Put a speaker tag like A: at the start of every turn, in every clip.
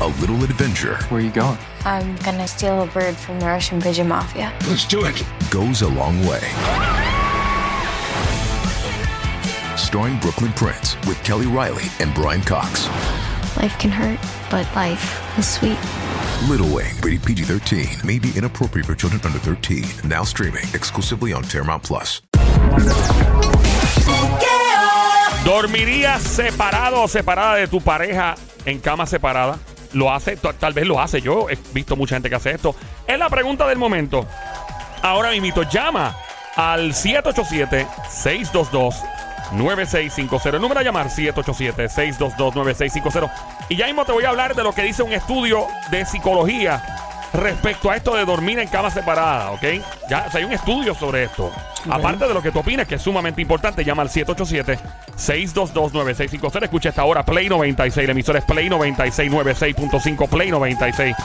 A: A little adventure
B: Where are you going?
C: I'm gonna steal a bird from the Russian pigeon mafia.
D: Let's do it.
A: goes a long way. Starring Brooklyn Prince with Kelly Riley and Brian Cox.
E: Life can hurt, but life is sweet.
A: Little Wing, rated PG 13, may be inappropriate for children under 13. Now streaming exclusively on Paramount Plus.
F: ¿Dormirías separado o separada de tu pareja en cama separada? Lo hace, Ta- tal vez lo hace. Yo he visto mucha gente que hace esto. Es la pregunta del momento. Ahora mismito, llama al 787-622-9650. El número a llamar 787-622-9650. Y ya mismo te voy a hablar de lo que dice un estudio de psicología respecto a esto de dormir en cama separada, ¿ok? Ya, o sea, hay un estudio sobre esto. Aparte de lo que tú opinas, que es sumamente importante, llama al 787-622-9650. Escucha esta hora Play 96, la emisora es Play 96, 96.5, Play 96.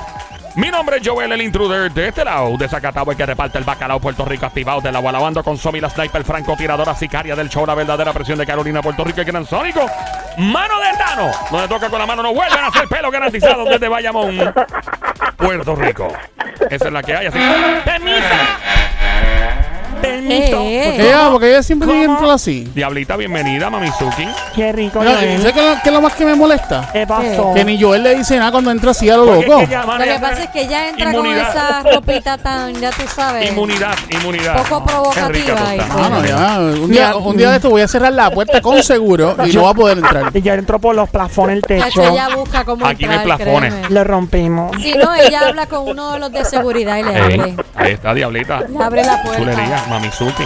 F: Mi nombre es Joel el Intruder de este lado, de Zacatau, el que reparte el bacalao Puerto Rico activado, del agua lavando con Somi, la sniper francotiradora sicaria del show, la verdadera presión de Carolina, Puerto Rico, el gran sónico. Mano de Tano, donde toca con la mano, no vuelven a hacer pelo garantizado desde Bayamón, Puerto Rico. Esa es la que hay, así. ¡Permiso! ¡Permiso!
G: Eh,
H: Ella, Eh, ah, porque ella siempre
F: ¿Cómo?
H: tiene todo así.
F: Diablita, bienvenida, Mamizuki.
G: Qué rico,
H: Mira,
G: Joel.
H: ¿Sabes qué es lo- qué es lo más que me molesta?
G: ¿Qué pasó?
H: Que ni Joel le dice nada cuando entra así a lo
F: Porque es
H: loco.
F: que ya, mano,
I: Lo
F: ya
I: que pasa
F: tiene
I: es que ella entra con
F: inmunidad.
I: esa ropita tan, ya tú sabes.
F: Inmunidad, inmunidad.
I: Poco
F: Qué rica tú
I: provocativa,
F: estás.
I: hijo.
H: Mano, ya, un, día, un día de esto voy a cerrar la puerta con seguro y no va a poder entrar.
G: Y ya entró por los plafones el
I: Cacho,
G: techo.
I: ella busca cómo
F: Aquí no hay
I: entrar,
F: plafones.
I: créeme.
G: Lo rompimos.
I: Si no, ella habla con uno de los de seguridad y le
F: Ey,
I: abre.
F: ahí está, Diablita.
I: Le abre la puerta.
F: Eh. Chulería, Mamizuki.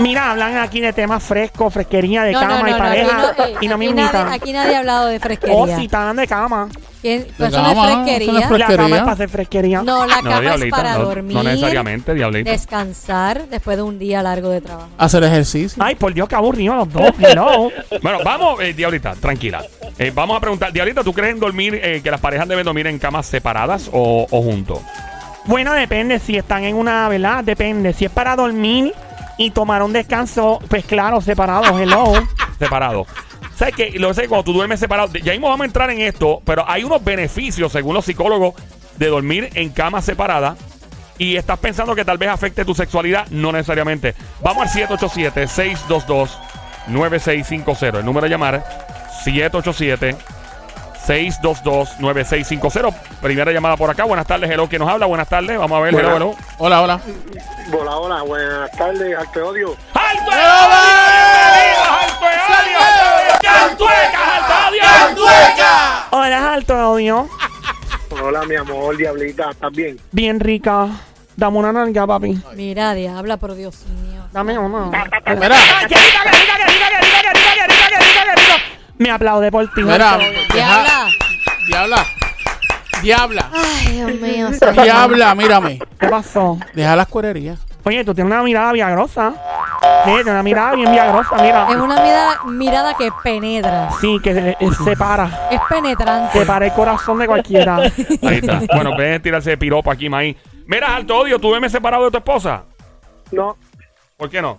G: Mira, hablan aquí de temas frescos, fresquería de
I: No, no,
G: cama
I: no,
G: y
I: no,
G: pareja.
I: aquí no, ey,
G: y no me
I: aquí nadie-
G: invitan. Oh,
I: Aquí nadie ha hablado de
G: O
I: fresquería.
G: si están de cama.
I: ¿Quién- pues
H: La
I: eso no
H: cama, eso no
I: es
H: es
I: fresquería.
H: fresquería.
G: La cama es para hacer fresquería.
I: No, la cama es para
F: no,
I: dormir.
F: no necesariamente, Diablita.
I: Descansar después de un día largo de trabajo.
H: Hacer ejercicio.
G: Ay, por Dios, qué aburrido los dos. Hello.
F: Bueno, vamos, eh, Diablita, tranquila. Eh, vamos a preguntar, Diablita, ¿tú crees en dormir, eh, que las parejas deben dormir en camas separadas o, o juntos?
G: Bueno, depende si están en una, ¿verdad? Depende. Si es para dormir y tomar un descanso, pues claro, separados. Hello.
F: Separados. ¿Sabes qué? Lo que pasa es que cuando tú duermes separado, ya mismo vamos a entrar en esto, pero hay unos beneficios, según los psicólogos, de dormir en camas separadas. Y estás pensando que tal vez afecte tu sexualidad, no necesariamente. Vamos al 787-622-9650. El número a llamar, 787 622-9650. Primera llamada por acá. Buenas tardes, hello. ¿Quién nos habla? Buenas tardes. Vamos a ver, hello, hello.
H: Hola, hola.
J: Hola, hola, buenas tardes, Arte Odio.
F: ¡Alto el odio! ¡Bienvenidos! ¡Alto el odio! ¡Cantuecas, alto odio!
G: Hola, alto odio.
J: Hola, mi amor, Diablita, ¿estás bien?
G: Bien rica. Dame una nalga, papi.
I: Mira, diabla, por Dios mío.
G: Dame una.
H: Mira,
G: ¡Ay, qué rico, qué rico, qué rico, qué rico, qué rico, qué rico, qué rico, qué rico! Me aplaude por ti.
H: mira.
I: Diabla.
H: deja- Diabla. Diabla.
E: Ay, Dios mío.
H: Diabla, mírame.
G: ¿Qué pasó?
H: Deja las cuererías.
G: Oye, tú tienes una mirada viagrosa. Sí, tienes una mirada bien viagrosa, mira.
I: Es una mirada, mirada que penetra.
G: Sí, que se- eh, separa.
I: Es penetrante.
G: Separa el corazón de cualquiera.
F: Ahí está. Bueno, ven a tirarse de piropa aquí, Maí. Mira, alto odio, tú duermes separado de tu esposa.
J: No,
F: ¿Por qué no?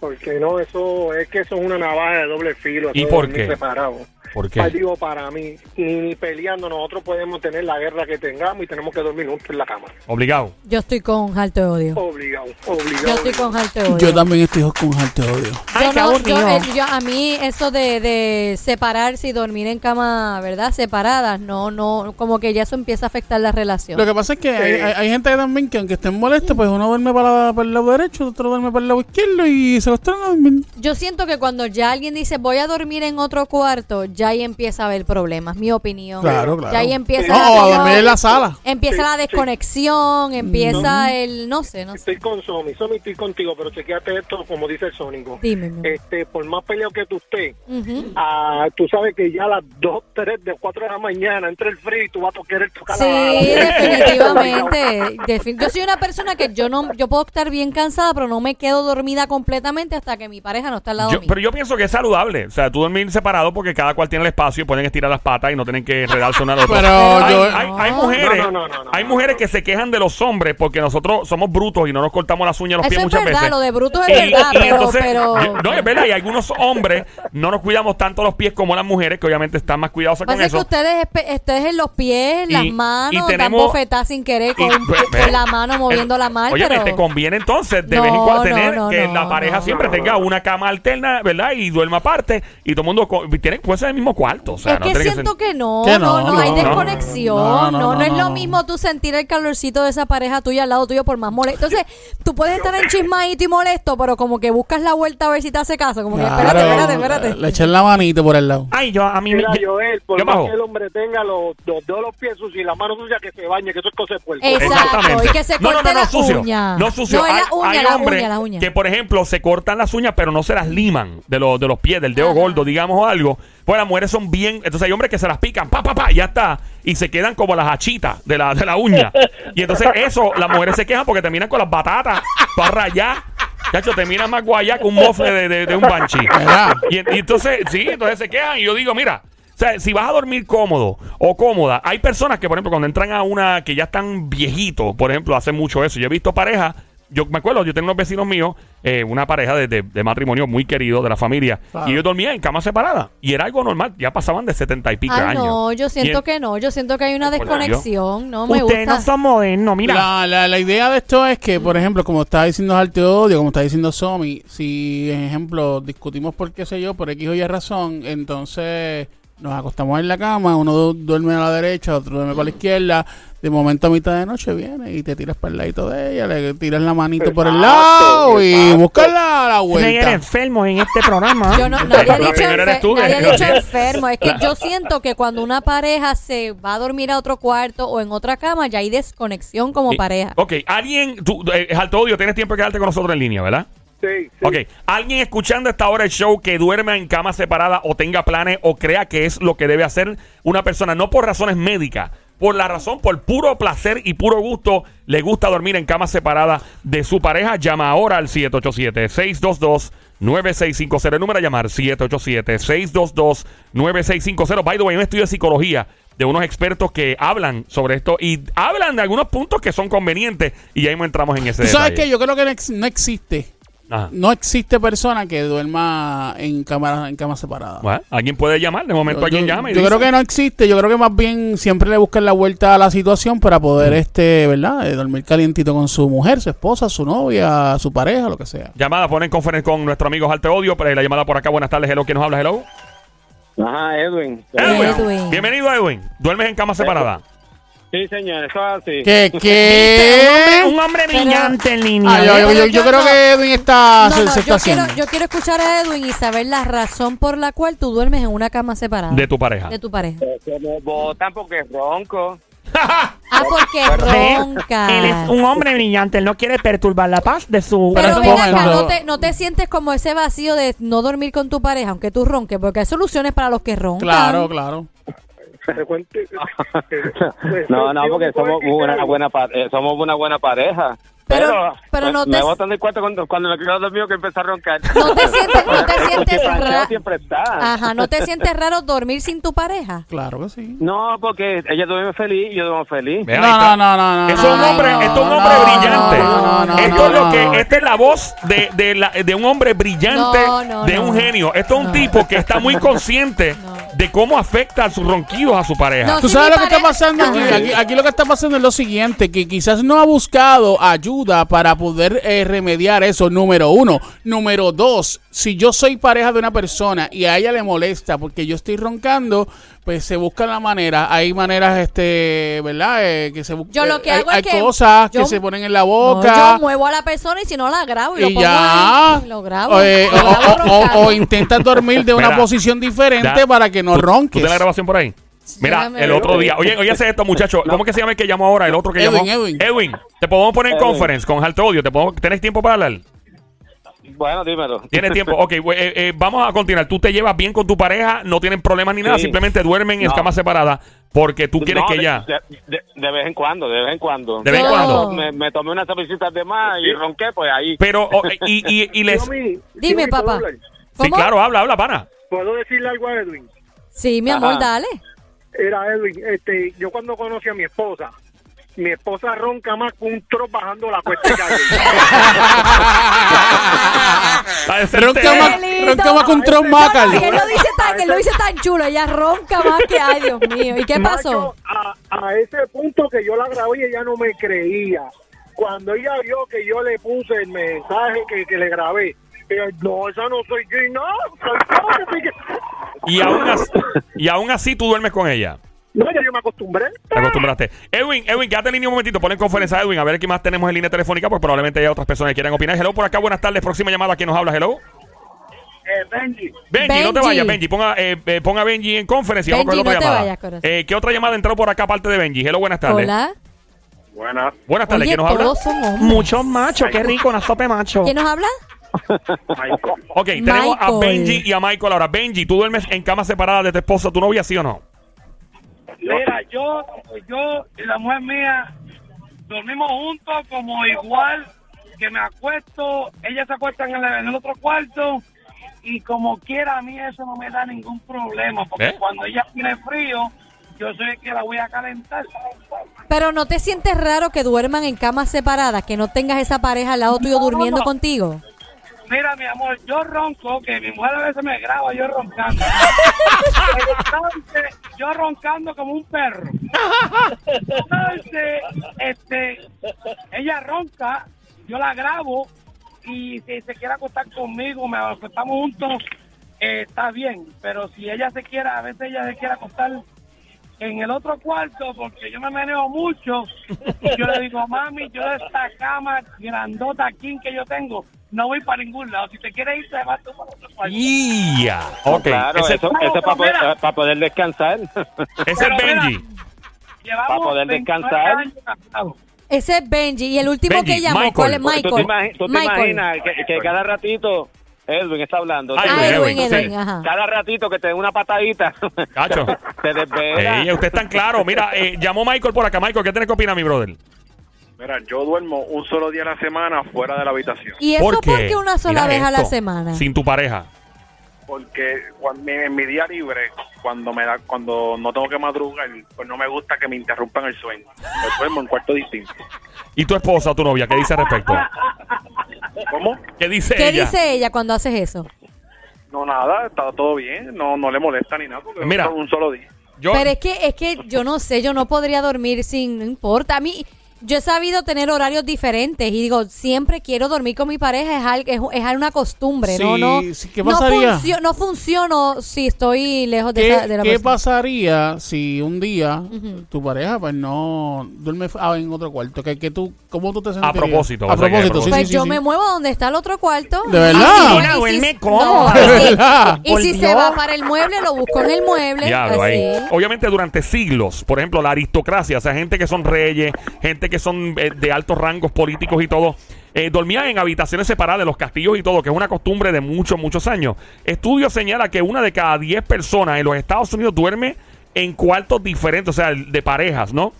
J: porque no, eso es que eso es una navaja de doble filo.
F: ¿Y
J: eso
F: por
J: es
F: qué?
J: muy Separado.
F: ¿Por
J: Ah, digo, para mí, ni, ni peleando, nosotros podemos tener la guerra que tengamos y tenemos que dormir juntos en la cama.
F: Obligado.
I: Yo estoy con Jalto de Odio.
J: Obligado,
I: Yo
J: obligado.
I: estoy con Jalto de Odio.
H: Yo también estoy con harto odio.
G: Ay,
I: yo
G: qué
I: no,
G: aburrido.
I: yo- eh, yo- a mí eso de, de separarse y dormir en cama, ¿verdad? Separadas, no, no, como que ya eso empieza a afectar la relación.
H: Lo que pasa es que hay, hay- hay gente que también que aunque estén molestos, pues uno duerme para, para el lado derecho, otro duerme para el lado izquierdo y se los traen a dormir.
I: Yo siento que cuando ya alguien dice voy a dormir en otro cuarto, ya ahí empieza a haber problemas, mi opinión.
H: Claro, claro.
I: Ya ahí empieza
H: No, o a
I: la-
H: dormir en la sala.
I: Empieza
J: Sí,
I: la
J: sí.
I: desconexión, empieza el, no sé, no sé.
J: Estoy con Somi, Somi, estoy contigo, pero chequéate esto, como dice el Sónico.
I: Dime, mi amor.
J: Este, por más peleado que tú estés,
I: Ujú.
J: ah, tú sabes que ya a las 2, 3, de 4 de la mañana entra el frío y tú vas a querer tocar
I: Sí,
J: la- la...
I: definitivamente. Defin- yo soy una persona que yo no, yo puedo estar bien cansada, pero no me quedo dormida completamente hasta que mi pareja no está al lado
F: Yo-
I: mío.
F: pero yo pienso que es saludable. O sea, tú dormir separado porque cada cual tiene el espacio y pueden estirar las patas y no tienen que enredarse una al otro.
H: Pero
F: hay,
H: yo-
F: hay- hay mujeres,
J: No, no, no, no, no,
F: hay mujeres que se quejan de los hombres porque nosotros somos brutos y no nos cortamos las uñas y los
I: Eso
F: pies
I: es
F: muchas
I: verdad,
F: veces.
I: lo de brutos es verdad, pero- pero-
F: yo- no, es verdad, y algunos hombres no nos cuidamos tanto los pies como las mujeres, que obviamente están más cuidadosas con
I: Pasa Pues es que
F: eso.
I: ustedes, espe- ustedes en los pies, las
F: Y-
I: manos,
F: y
I: dan
F: tenemos-
I: bofetadas sin querer con,
F: Y, pues,
I: con
F: ve,
I: la mano moviendo
F: el-
I: la mano.
F: Oye,
I: pero-
F: te conviene entonces de vez en
I: No,
F: cuando
I: no,
F: tener
I: no,
F: que
I: no,
F: la pareja
I: no,
F: siempre
J: no,
F: tenga
J: no.
F: una cama alterna, ¿verdad? Y duerma aparte y todo el mundo co- tiene, puede ser en el mismo cuarto. O sea,
I: es
F: no
I: que
F: tiene
I: siento
F: ser-
I: que, no,
H: Que
I: no,
H: no,
I: no,
H: no,
I: hay
H: no,
I: desconexión,
H: no,
I: no, no,
H: no,
I: es
H: no,
I: lo
H: no.
I: mismo tú sentir el calorcito de esa pareja tuya al lado tuyo por más molesto. Entonces, tú puedes estar enchismadito y molesto, pero como que buscas la vuelta a ver si te hace caso, como que espérate,
H: Claro,
I: espérate, espérate.
H: Le eché la manito por el lado.
G: Ay, yo a mí me.
J: Mira, Joel,
F: ¿Qué
J: por más
F: pasó?
J: que el hombre tenga los dos los, pies sucios y la mano sucia, que se bañe, que eso es cosa de puerco.
I: Exacto,
F: Exactamente.
I: y que se
F: no, no,
I: corte
F: no, no,
I: la
F: sucio.
I: uña.
F: No sucio.
I: No, es la
F: Hay-
I: uña,
F: hay
I: la
F: hombres
I: uña, la uña.
F: que, por ejemplo, se cortan las uñas, pero no se las liman de, los de los pies, del dedo gordo, digamos, o algo. Pues las mujeres son bien. Entonces hay hombres que se las pican, pa, pa, pa, y ya está. Y se quedan como las hachitas de la, de la uña. Y entonces eso, las mujeres se quejan porque terminan con las batatas para rayar. Cacho, terminan más guayá que un mofle de, de- de un banshee.
H: ¿Verdad?
F: Y, en- y entonces, sí, entonces se quejan y yo digo, mira, o sea, si vas a dormir cómodo o cómoda, hay personas que, por ejemplo, cuando entran a una que ya están viejitos, por ejemplo, hacen mucho eso. Yo he visto parejas, yo me acuerdo, yo tengo unos vecinos míos, eh, una pareja de, de- de matrimonio muy querido de la familia, y ellos dormían en camas separadas. Y era algo normal, ya pasaban de setenta y pico
I: Ay,
F: años.
I: Ah, no, yo
F: Y Pues,
I: siento
F: en-
I: que no, yo siento que hay una
F: Por Dios.
I: desconexión, no me gusta.
G: Ustedes no son modernos, mira.
H: La, la, la idea de esto es que, por ejemplo, como está diciendo Arte Odio, como está diciendo Somi, si, ejemplo, discutimos por qué sé yo, por X o Y razón, entonces nos acostamos en la cama, uno du- duerme a la derecha, otro duerme para la izquierda, de momento a mitad de noche viene y te tiras para el ladito de ella, le tiras la manito por el
J: Exacto,
H: lado y
J: exacto.
H: buscas la, la
G: Reguero
H: vuelta.
G: enfermo en este programa.
I: Yo no, nadie
F: La
I: ha dicho,
F: primera eres
I: enfer-
F: tú,
I: nadie ha
F: Daniel.
I: dicho enfermo. Es que yo siento que cuando una pareja se va a dormir a otro cuarto o en otra cama, ya hay desconexión como
F: Y- Oh,
I: pareja.
F: Ok, alguien, tú, eh, alto odio, tienes tiempo de quedarte con nosotros en línea, ¿verdad?
J: Sí, sí.
F: Ok, alguien escuchando esta hora el show que duerma en cama separada o tenga planes o crea que es lo que debe hacer una persona, no por razones médicas, por la razón, por puro placer y puro gusto, le gusta dormir en cama separada de su pareja, llama ahora al 787-622-9650. El número a llamar 787-622-9650. By the way, un estudio de psicología de unos expertos que hablan sobre esto y hablan de algunos puntos que son convenientes y ahí no entramos en ese
H: Tú sabes que
F: detalle.
H: yo creo que no ex- no existe,
F: Ajá.
H: no existe persona que duerma en cama, en cama separada.
F: Bueno, alguien puede llamar, de momento alguien
H: yo,
F: llama y
H: yo
F: dice,
H: creo que no existe, yo creo que más bien siempre le buscan la vuelta a la situación para
F: Mm.
H: poder, este, ¿verdad? Eh, dormir calientito con su mujer, su esposa, su novia, su pareja, lo que sea.
F: Llamada, ponen conferencia con nuestro amigo Alte Odio, pero la llamada por acá, buenas tardes, hello, ¿quién nos habla? Hello.
J: Ajá, Edwin.
F: Edwin.
I: Edwin.
F: Bienvenido, Edwin. Duermes en cama separada.
J: Sí, señor, eso es así.
H: ¿Qué?
G: Un
H: ¿Qué?
G: hombre
I: Pero-
G: brillante en línea.
H: Ah, yo, yo- yo- yo creo que Edwin está,
I: No,
H: ah, se,
I: no,
H: se está
I: yo, quiero,
H: haciendo.
I: yo quiero escuchar a Edwin y saber la razón por la cual tú duermes en una cama separada
F: De tu pareja.
I: de tu pareja.
J: Que me botan porque ronco.
I: Ah, porque
G: ¿Ve?
I: ronca.
G: Él es un hombre brillante. Él no quiere perturbar la paz de su.
H: Pero
I: Pero
H: tú
I: ven
H: pones-
I: acá, no
H: pero-
I: te, no te sientes como ese vacío de no dormir con tu pareja, aunque tú ronques, porque hay soluciones para los que roncan.
H: Claro, claro.
J: no, no, porque somos una buena pareja. Somos una buena pareja.
I: Pero- pero no
J: me
I: te-
J: botan del cuarto cuando, cuando me quedo dormido que empezó a roncar.
I: No te sientes, no te sientes
J: Porque Pancheo
I: ra-
J: siempre está.
I: Ajá, no te sientes raro dormir sin tu pareja.
H: Claro que sí.
J: No, porque ella duerme feliz y yo duermo feliz.
F: Ve, ahí
H: No,
F: está.
H: no, no, no, no,
F: Eso es un
I: no,
F: hombre,
I: no,
F: esto es un
I: no,
F: hombre
I: no,
F: brillante.
I: no, no, no,
F: esto es
I: no,
F: lo que,
H: no.
F: esta es la voz de, de la- de un hombre brillante,
I: No, no,
F: de
I: no.
F: un genio. Esto es un
I: No.
F: tipo que está muy consciente
I: No.
F: de cómo afecta a sus ronquidos a su pareja.
I: No,
H: Tú
I: si
H: sabes
I: mi
H: lo que está
I: pareja-
H: pasando aquí?
I: Ajá.
H: aquí. aquí lo que está pasando es lo siguiente, que quizás no ha buscado ayuda para poder eh, remediar eso, número uno. Número dos, si yo soy pareja de una persona y a ella le molesta porque yo estoy roncando, pues se busca la manera. Hay maneras, este, ¿verdad? Eh, que se bu-
I: Yo lo que
H: eh, hay,
I: hago es
H: hay
I: que
H: cosas
I: yo-
H: que se ponen en la
I: No,
H: boca.
I: yo muevo a la persona y si no la grabo y, lo
H: y
I: pongo
H: ya.
I: ahí, y lo grabo.
H: Eh,
I: Lo
H: o,
I: grabo
H: o- o-
I: roncando.
H: o intentas dormir de una
F: Espera.
H: posición diferente
F: Ya.
H: para que no
F: ¿Tú- ¿Tú
H: ronques.
F: tienes la grabación por ahí? Mira,
I: Espérame.
F: el otro día. Oye, oye, hace esto, muchacho. ¿Cómo que se llama el que llamó ahora? El otro que
H: Edwin,
F: llamó.
H: Edwin.
F: te podemos poner en
J: Edwin.
F: conference con alto odio. ¿Te podemos, ¿Tienes tiempo para hablar?
J: Bueno, dímelo.
F: Tienes tiempo. Ok, we- eh, eh, vamos a continuar. Tú te llevas bien con tu pareja, no tienen problemas ni nada,
J: Sí.
F: simplemente duermen en
J: No.
F: camas separadas porque tú quieres
J: No,
F: que
J: de-
F: ya.
J: De, de- de vez en cuando, de vez en cuando.
F: De vez en
I: No.
F: cuando.
J: Me, me tomé unas cervecitas de más y ronqué, pues ahí.
F: Pero, oh, eh, y, y, y les. Sí,
I: Dime, papá. ¿Cómo?
F: claro, habla, habla, pana.
J: ¿Puedo decirle algo a Edwin?
I: Sí, mi amor,
J: Ajá.
I: dale.
J: Era Edwin, este, yo cuando conocí a mi esposa, mi esposa ronca más que un tro bajando la cuesta de
F: La de ser
H: Ronca
F: tele-
H: más,
I: Angelito.
H: ronca más que un Trump Macal.
I: Él lo dice tan, él lo dice tan chulo, ella ronca más que ay, Dios mío. ¿Y qué pasó?
J: Macho, A, a ese punto que yo la grabé y ella no me creía. Cuando ella vio que yo le puse el mensaje que, que le grabé, ella, no, esa no soy yo. Y no, soy yo, que sí que-".
F: Y aún, así, y aún así tú duermes con ella.
J: No, ya yo me acostumbré.
F: Te acostumbraste. Edwin, Edwin, quédate en línea un momentito. Pon en conferencia a Edwin a ver qué más tenemos en línea telefónica porque probablemente haya otras personas que quieran opinar. Hello, por acá, buenas tardes. Próxima llamada, ¿quién nos habla? Hello.
J: Eh, Benji,
F: Benji, no te
I: Benji.
F: vayas, Benji. Ponga, eh, eh, ponga Benji en conferencia. Vamos
I: Benji,
F: con la otra
I: no te
F: llamada.
I: vayas, corazón.
F: Eh, ¿Qué otra llamada entró por acá aparte de Benji? Hello, buenas tardes.
I: Hola.
J: buenas.
F: Buenas tardes,
I: Oye,
F: ¿quién nos habla?
I: todos son hombres.
G: Muchos machos, qué rico, una sopa de macho.
I: ¿Quién nos habla?
F: Ok, tenemos a
I: Michael.
F: Benji y a Michael ahora. Benji, ¿tú duermes en cama separada de tu esposa, tu novia, sí o no?
J: Mira, yo, yo y la mujer mía dormimos juntos como igual que me acuesto, ella se acuesta en el, en el otro cuarto y como quiera a mí eso no me da ningún problema porque
F: ¿Eh?
J: cuando ella tiene frío yo soy el que la voy a calentar.
I: Pero no te sientes raro que duerman en camas separadas, que no tengas esa pareja al lado tuyo durmiendo contigo.
J: Mira, mi amor, yo ronco, que mi mujer a veces me graba yo roncando. Entonces, yo roncando como un perro. Entonces, este, ella ronca, yo la grabo y si se quiere acostar conmigo, me acostamos juntos, eh, está bien. Pero si ella se quiere, a veces ella se quiere acostar en el otro cuarto, porque yo me meneo mucho, yo le digo, mami, yo de esta cama grandota aquí que yo tengo, no voy para ningún lado. Si te quieres ir, te vas tú para otro cuarto.
F: Yeah. Ok, ese,
J: eso es para poder- Mira.
D: descansar.
F: ese es
J: Pero mira,
F: Benji.
J: Llevamos
D: Para poder
J: 29
D: descansar.
J: años casados.
I: Ese es Benji. Y el último
F: Benji,
I: que llamó,
F: Michael.
I: ¿cuál es
F: Porque
I: Michael?
D: ¿Tú te, imagi- tú te
I: Michael.
D: imaginas que, que cada ratito Edwin está hablando?
F: Ah,
I: Ah, Edwin,
F: Edwin,
I: Edwin,
F: sí.
I: ajá.
D: Cada ratito que te dé una patadita,
F: Cacho.
D: te desvela.
F: Ey, usted es tan claro. Mira, eh, llamó Michael por acá. Michael, ¿qué tienes que opinar, mi brother?
J: Mira, yo duermo un solo día a la semana fuera de la habitación.
I: ¿Y eso
F: ¿Por
I: porque
F: qué?
I: una sola
F: Mira
I: vez a la
F: esto,
I: semana?
F: Sin tu pareja.
J: Porque cuando, mi- en mi día libre, cuando me da, cuando no tengo que madrugar, pues no me gusta que me interrumpan el sueño. Yo duermo en cuarto distinto.
F: ¿Y tu esposa o tu novia? ¿Qué dice al respecto?
J: ¿Cómo?
F: ¿Qué dice
I: ¿Qué
F: ella?
I: dice ella cuando haces eso?
J: No, nada, está todo bien, no, no le molesta ni nada, porque
F: Mira.
J: es un solo día.
F: Yo,
I: Pero es que, es que yo no sé, yo no podría dormir sin, no importa. A mí, yo he sabido tener horarios diferentes y digo, siempre quiero dormir con mi pareja, es, al- es, es una costumbre,
H: Sí,
I: ¿no? no
H: sí, ¿qué
I: no
H: pasaría?
I: funcio- no funciono si estoy lejos de, esa- de
H: ¿Qué,
I: la
H: qué
I: persona.
H: pasaría si un día
I: Ujú.
H: tu pareja pues no duerme ah, en otro cuarto? ¿Qué, qué tú, ¿Cómo tú te sentirías?
F: propósito,
H: A
F: o sea, que a
H: propósito, sí,
F: propósito.
H: sí,
I: Pues
H: sí,
I: yo
H: sí.
I: me muevo donde está el otro cuarto. Ah,
H: ¿De verdad?
I: Y si-
G: Mira, duerme
I: no,
G: cómoda.
I: y si-
H: De verdad.
I: Y si
G: Por
I: se
G: Dios.
I: va para el mueble, lo busco en el mueble.
F: Diablo,
I: así.
F: ahí. Obviamente durante siglos, por ejemplo, la aristocracia, o sea, gente que son reyes, gente que son eh, de altos rangos políticos y todo, eh, dormían en habitaciones separadas de los castillos y todo, que es una costumbre de muchos, muchos años. Estudios señala que una de cada diez personas en los Estados Unidos duerme en cuartos diferentes, o sea, de parejas, ¿no?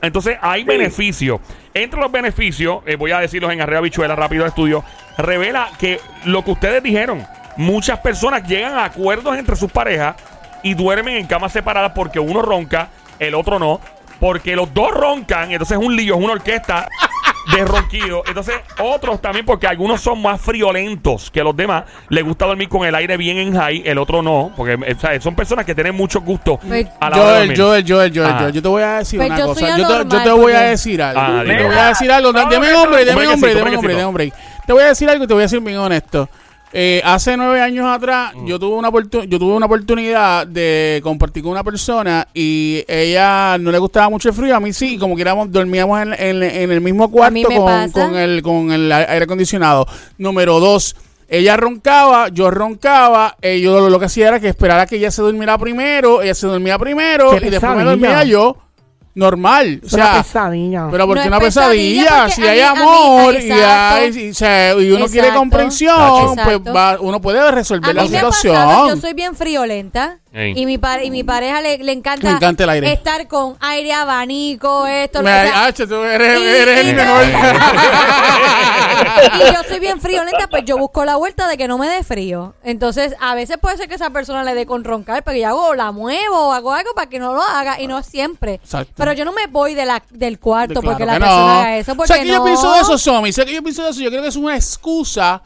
F: Entonces hay beneficios. Entre los beneficios, eh, voy a decirlos en Arrea Bichuela, rápido de estudio, revela que lo que ustedes dijeron, muchas personas llegan a acuerdos entre sus parejas y duermen en camas separadas porque uno ronca, el otro no, porque los dos roncan, entonces es un lío, es una orquesta de ronquido. Entonces otros también, porque algunos son más friolentos que los demás, les gusta dormir con el aire bien en high, el otro no, porque eh, o sea, son personas que tienen mucho gusto
I: Pues-
F: a la hora de
H: Joel,
F: dormir.
H: Joel, Joel, Joel,
F: Ajá.
H: Joel, yo te voy a decir
I: Pues
H: una
I: yo soy
H: cosa. Yo te, yo
I: anormal,
H: te voy a
I: porque-
H: decir algo.
F: Ah,
H: te
F: dime.
H: voy a decir algo. No,
F: No,
H: deme
F: no,
H: hombre,
F: no,
H: deme
F: un
H: hombre,
F: brequecito,
H: deme
F: un
H: hombre,
F: brequecito.
H: deme hombre. Te voy a decir algo y te voy a decir mi honesto. Eh, hace nueve años atrás
F: Mm.
H: yo tuve una oportu- yo tuve una oportunidad de compartir con una persona y ella no le gustaba mucho el frío, a mí sí, y como que dormíamos en, en- en el mismo cuarto
I: mí me
H: con,
I: pasa.
H: con el, con el a- aire acondicionado. Número dos, ella roncaba, yo roncaba, eh, yo lo, lo que hacía era que esperara que ella se durmiera primero, ella se dormía primero
G: Qué
H: y después
G: pesadilla.
H: me dormía yo. Normal, o
G: una
H: sea,
G: pesadilla.
H: pero porque
I: No es
H: una
I: pesadilla,
H: pesadilla,
I: porque
H: si
I: a
H: hay
I: mí- a mí-
H: amor y,
I: exacto.
H: hay- y, o sea, y uno quiere
I: Exacto.
H: comprensión,
I: Exacto.
H: pues va- uno puede resolver
I: A
H: la
I: mí me ha
H: situación.
I: pasado, yo soy bien friolenta
F: Ey.
I: y mi pare- y mi pareja le, le encanta,
H: Le encanta el aire.
I: estar con aire, abanico, esto, lo
H: Me-
I: o sea,
H: ah, che, tú eres,
I: y-
H: eres
I: y-
H: el menor.
I: y yo soy bien friolenta, pues yo busco la vuelta de que no me dé frío. Entonces, a veces puede ser que esa persona le dé con roncar, pero yo hago, la muevo, o hago algo para que no lo haga y no siempre.
H: Exacto.
I: Pero yo no me voy de la, del cuarto
H: Claro
I: porque la
H: que
I: persona
H: no.
I: haga eso.
H: O
I: Porque
H: sea, que yo
I: no.
H: pienso de eso, Somi. Sé que yo pienso de eso. Yo creo que es una excusa.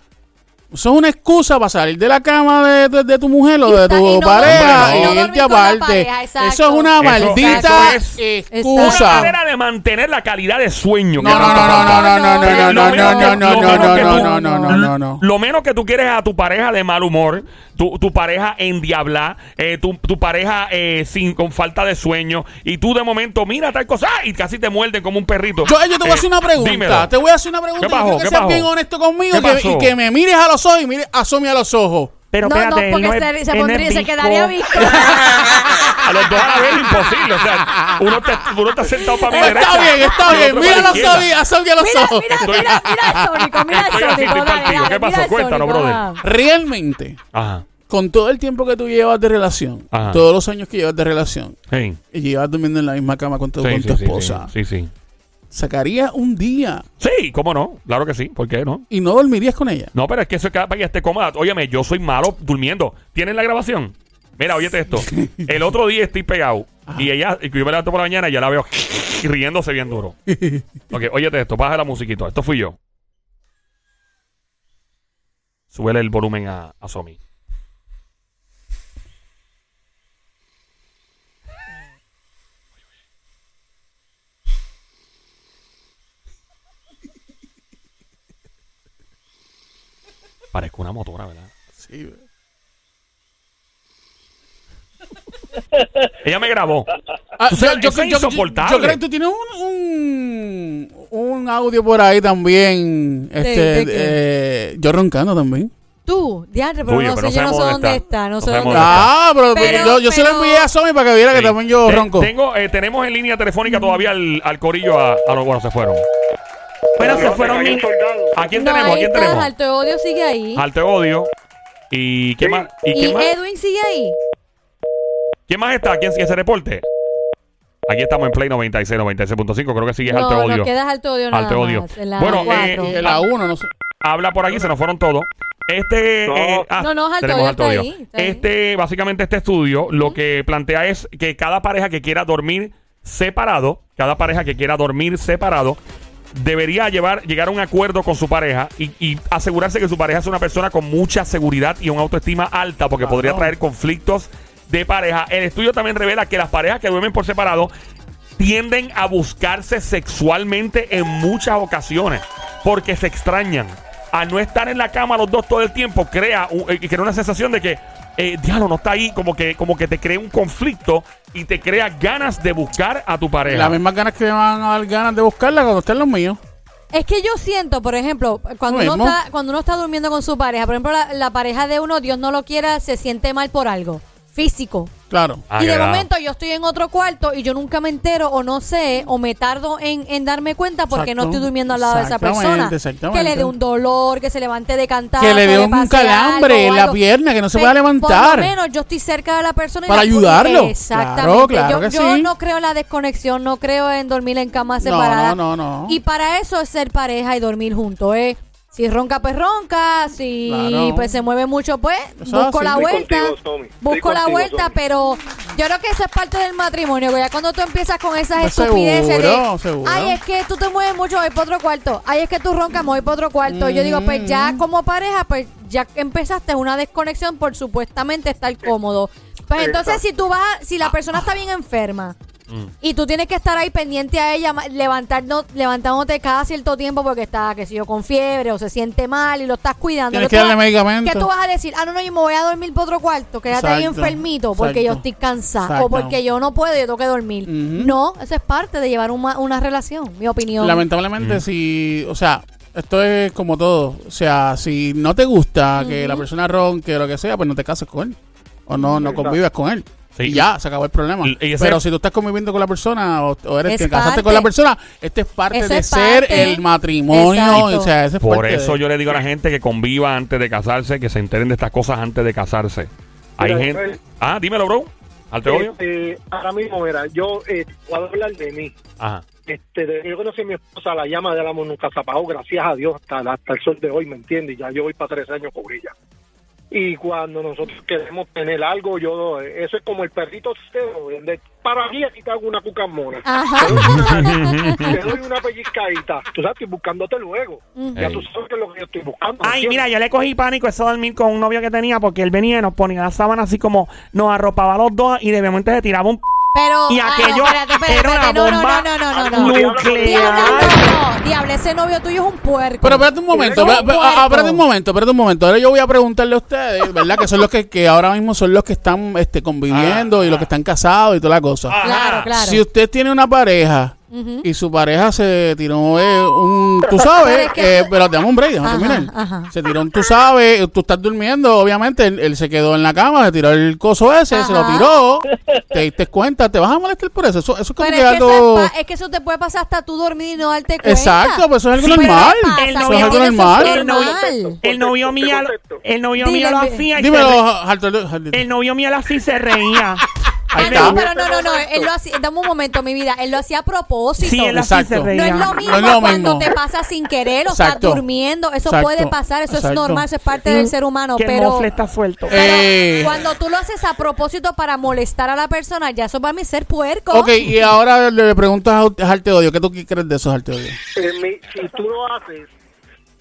H: Eso es una excusa para salir de la cama de, de- de tu mujer o
I: Y
H: de
I: está- y
H: tu
I: no
H: pareja
F: dormir- y no
H: y irte
I: dormir con la
H: aparte.
I: pareja, exacto.
H: eso es una
F: Eso-
H: maldita
F: eso
I: es-
F: Una
H: excusa.
F: manera de mantener la calidad de sueño. que
H: No, no,
F: tanto
H: no, no,
F: falta.
H: no, no, no, no, no,
F: Lo
H: no,
F: menos que-
H: no, no,
F: lo
H: no,
F: menos que
H: no,
F: tú-
H: no, no, no, no, no.
F: Lo menos que tú quieres es a tu pareja de mal humor, tu, tu pareja endiablada, eh, tu, tu pareja eh, sin, con falta de sueño, y tú de momento mira tal cosa ¡ah! y casi te muerden como un perrito.
H: Yo, yo te voy
F: Eh,
H: a hacer una pregunta.
F: dímelo.
H: Te voy a hacer una pregunta.
F: ¿Qué pasó?
H: Yo quiero que
F: ¿Qué
H: seas
F: pasó?
H: bien honesto conmigo
F: ¿Qué
H: y que,
F: pasó?
H: y que me mires a los ojos y mires a Somi a los ojos.
G: Pero
I: no,
G: espérate,
I: no, porque
G: es-
I: se, se
G: él no es
I: pondría, se
G: bizco.
I: quedaría visto.
F: A los dos a la vez imposible. O sea, uno te, uno te ha sentado para mi derecha.
H: Está bien, está
F: y el
H: bien.
F: otro
H: Mira
F: para
H: a
F: la
H: los
F: izquierda.
H: Somi, a Somi a los
I: Mira,
H: ojos.
I: mira, mira, mira el Sónico, mira el
F: Estoy así,
I: Sónico.
F: estoy
I: dale,
F: partido.
I: dale,
F: ¿Qué pasó?
I: mira el
F: Cuéntanos,
I: Sónico,
F: brother.
I: ah.
H: Realmente,
F: Ajá.
H: con todo el tiempo que tú llevas de relación,
F: Ajá.
H: todos los años que llevas de relación,
F: Hey.
H: y llevas durmiendo en la misma cama con tu,
F: Sí,
H: con
F: sí,
H: tu
F: sí,
H: esposa,
F: Sí, sí.
H: sacarías un día
F: Sí, Sí, cómo no. Claro que sí. ¿Por qué no?
H: y no dormirías con ella.
F: No, pero es que eso es cada para que esté cómoda. Óyeme, yo soy malo durmiendo. ¿Tienen la grabación? Mira, óyete esto. El otro día estoy pegado
H: Ah.
F: y ella, y yo me levanto por la mañana y ya la veo y riéndose bien duro. Ok, óyete esto, baja la musiquita. Esto fui yo. Súbele el volumen a, a Somi. Parezco una motora, ¿verdad?
H: Sí.
F: Ella me grabó.
H: Ah,
F: O sea,
H: yo, yo-
F: eso es
H: yo- yo-
F: insoportable.
H: yo creo que tú tienes un, un, un audio por ahí también. Este,
I: de qué?
H: eh, yo roncando también.
I: Tú, diantre, pero
F: Tuyo,
I: no
F: pero
I: sé, yo
F: no
I: no sé
F: sabemos
I: dónde
F: dónde
I: está, no
F: está.
I: sé
F: No
I: dónde
F: sabemos
I: está.
H: Ah, pero,
I: Pero-
H: yo, yo se lo
I: pero-
H: envié a Somi para que viera que
F: Sí.
H: también yo
F: Te-
H: ronco.
F: Tengo, eh, tenemos en línea telefónica todavía al, al corillo a, a los bueno, se fueron.
G: Bueno, se fueron
J: Hay
G: mi-
J: un soldado.
F: ¿A quién
I: No,
F: tenemos? ¿A
I: ahí
F: quién
I: está,
F: tenemos?
I: Alto Odio sigue ahí.
F: Al te odio. ¿Y qué más? ¿Y
I: Y
F: qué más?
I: Edwin sigue ahí.
F: ¿Quién más está? ¿Quién sigue ese reporte? Aquí estamos en Play 96, 96.5. Creo que sigue
I: no,
F: Al te
I: nos
F: odio.
I: quedas Alto Odio nada
F: Alto Odio.
I: más, en la
F: Bueno,
I: cuatro.
F: eh,
H: Y la uno, no sé.
F: Habla por aquí, se nos fueron todos. Este.
J: No.
F: eh,
I: No, no, Alto
F: tenemos
I: Odio
F: Alto
I: está
F: Odio.
I: ahí, está ahí.
F: este, básicamente, este estudio lo que plantea es que cada pareja que quiera dormir separado, cada pareja que quiera dormir separado, debería llevar, llegar a un acuerdo con su pareja y, y asegurarse que su pareja es una persona con mucha seguridad y una autoestima alta, porque podría traer conflictos de pareja. El estudio también revela que las parejas que duermen por separado tienden a buscarse sexualmente en muchas ocasiones porque se extrañan. Al no estar en la cama los dos todo el tiempo, crea, un- eh, crea una sensación de que, eh, diablo, no está ahí, como que, como que te crea un conflicto y te crea ganas de buscar a tu pareja.
H: Las mismas ganas que me van a dar ganas de buscarla cuando estén los míos.
I: Es que yo siento, por ejemplo, cuando
H: Lo
I: uno,
H: mismo.
I: está, cuando uno está durmiendo con su pareja, por ejemplo, la, la pareja de uno, Dios no lo quiera, se siente mal por algo físico.
H: Claro.
F: Ah,
I: y de
F: qué bravo.
I: momento yo estoy en otro cuarto y yo nunca me entero o no sé o me tardo en, en darme cuenta porque no
H: Exacto.
I: estoy durmiendo al lado de esa
H: Exactamente,
I: persona.
H: exactamente.
I: Que le dé un dolor, que se levante de cantar.
H: Que le dé un
I: pase
H: calambre
I: algo o
H: en la
I: algo.
H: pierna, que no se
I: Pe-
H: pueda levantar.
I: Por lo menos yo estoy cerca de la persona. y
H: Para
I: la puedo-
H: ayudarlo.
I: Exactamente.
H: Claro, claro
I: yo,
H: que
I: yo
H: sí.
I: no creo en la desconexión, no creo en dormir en cama
H: No,
I: separada.
H: no, no, no.
I: Y para eso es ser pareja y dormir juntos. ¿eh? Si ronca, pues ronca. Si
H: Claro.
I: pues, se mueve mucho, pues
H: Eso es
I: busco
H: así.
I: la
H: Estoy
I: vuelta.
J: contigo, Tommy. Estoy
I: Busco la
J: contigo,
I: vuelta,
J: Tommy.
I: pero yo creo que eso es parte del matrimonio, güey. Ya Cuando tú empiezas con esas
H: Pues
I: estupideces
H: seguro,
I: de,
H: seguro.
I: ay, es que tú te mueves mucho, voy para otro cuarto. Ay, es que tú roncas, me voy para otro cuarto. Yo digo, pues ya
H: Mm.
I: como pareja, pues ya empezaste una desconexión por supuestamente estar cómodo. Pues entonces si tú vas, a- si la persona está bien enferma
H: Mm.
I: Y tú tienes que estar ahí pendiente a ella, ma- levantando, levantándote cada cierto tiempo porque está, que si yo, con fiebre o se siente mal y lo estás cuidando.
H: Tienes
I: No
H: que
I: te
H: darle
I: va-
H: medicamento.
I: ¿Qué tú vas a decir? Ah, no, no, yo me voy a dormir por otro cuarto, quédate ahí
H: Exacto,
I: enfermito porque
H: exacto.
I: yo estoy cansada
H: Exacto.
I: o porque yo no puedo, yo tengo que dormir.
H: Ujú.
I: No, eso es parte de llevar una, una relación, mi opinión.
H: Lamentablemente, si, o sea, esto es como todo. O sea, si no te gusta que la persona ronque o lo que sea, pues no te cases con él. O no, no convivas con él.
F: Sí.
H: Y ya, se acabó el problema.
F: Y- y ese-
H: Pero si tú estás conviviendo con la persona o, o eres
I: Es
H: que casaste
I: parte.
H: con la persona, este es parte
I: Eso
H: de
I: es
H: ser
I: parte.
H: el matrimonio.
I: Exacto.
H: O sea, ese es
F: Por
H: parte
F: eso
H: de-
F: yo le digo a la gente que conviva antes de casarse, que se enteren de estas cosas antes de casarse. Hay
J: Mira,
F: gente.
J: Joel.
F: Ah, dímelo, bro. ¿Al te odio?
J: Este, ahora mismo, mira, yo eh, voy a hablar de mí.
F: Ajá.
J: Este, de- yo conocí a mi esposa, la llama del amor nunca se apagó, gracias a Dios, hasta, hasta el sol de hoy, ¿me entiendes? Ya yo voy para tres años con ella. Y cuando nosotros queremos tener algo, yo, eso es como el perrito cero, de- para mí aquí te hago una cucamona.
I: Ajá.
J: Te doy una pellizcadita, tú sabes, estoy buscándote luego. Ya
F: Ey.
J: tú sabes que es lo que yo estoy buscando. ¿me
G: Ay,
J: entiendes?
G: mira, yo le cogí pánico eso de dormir con un novio que tenía porque él venía y nos ponía la sábana así como nos arropaba a los dos y de momento se tiraba un p
I: Pero.
G: Y
I: ah,
G: aquello
I: espérate, espérate,
G: era una
I: espérate, no, no,
G: bomba
I: no, no, no, no, no.
G: nuclear.
I: Diablo, no, diablo, ese novio tuyo es un puerco.
H: Pero espérate un momento,
I: Es un
H: espérate
I: puerco.
H: ah, espérate un momento, espérate un momento. Ahora yo voy a preguntarle a ustedes, ¿verdad? que son los que, que ahora mismo son los que están este, conviviendo
F: Ah,
H: y los que están casados y toda la cosa.
I: Claro, claro.
H: Si usted tiene una pareja y su pareja se tiró eh, un, tú sabes,
I: Pero es que-
H: eh, pero dame un break, déjame
I: Ajá,
H: terminar.
I: ajá.
H: Se tiró un, tú sabes, eh, tú estás durmiendo, obviamente, él, él se quedó en la cama, se tiró el coso ese, se lo
I: Ajá.
H: tiró, te diste cuenta, te vas a molestar por eso, eso, eso es como
I: Pero
H: que
I: es que, eso
H: algo...
I: es, pa- es que eso te puede pasar hasta tú dormir y no darte cuenta.
H: Exacto, pues eso es algo
I: Pero
H: normal.
I: pasa, pues,
G: El
I: eso
G: novio-
I: es algo
H: el novio-
G: el novio-
I: normal.
G: El novio mío, el novio mío
I: Dile,
G: lo
I: dile.
G: hacía y se
H: Dímelo,
G: re-
H: Jalto- Jaltito.
G: el novio mío lo hacía y se reía.
H: Ahí
I: Ah,
H: está.
I: no, pero no, no, no. Él lo hacía, dame un momento, mi vida. Él lo hacía a propósito.
G: Sí, él así se
H: Exacto.
I: no
G: reía.
I: es lo mismo
H: No es lo
I: cuando
H: mismo.
I: te pasa sin querer o
H: Exacto.
I: estás durmiendo. Eso
H: Exacto.
I: puede pasar, eso
H: Exacto.
I: es normal, eso es parte del ser humano.
G: que el
I: pero
G: mofle está suelto.
H: Eh,
I: pero
H: Eh.
I: cuando tú lo haces a propósito para molestar a la persona, ya eso para mí es ser puerco.
H: Ok, y ahora le preguntas a Jarte Odio, ¿qué tú crees de esos Jarte Odio?
J: Eh, mi- si tú lo haces,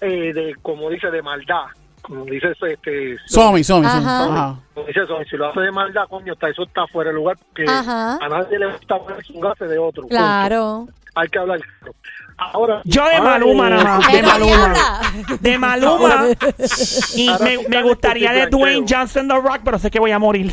J: eh, de, como dice, de maldad, como dice este...
H: Somi, Somi, Somi.
I: Ajá.
H: Ajá.
J: Como Pues dice eso, si lo hace de maldad, coño, está, eso está fuera de lugar, porque
I: Ajá.
J: a nadie le gusta ver chingarse de otro.
I: Claro.
J: punto. Hay que hablar claro. Ahora,
G: Yo de Maluma nada más. De
I: Pero
G: Maluma.
I: diabla.
G: De Maluma. Y
J: Ahora
G: me, me
J: sí sale
G: gustaría
J: porque
G: de Dwayne
J: blanqueo.
G: Johnson The Rock, pero sé que voy a morir.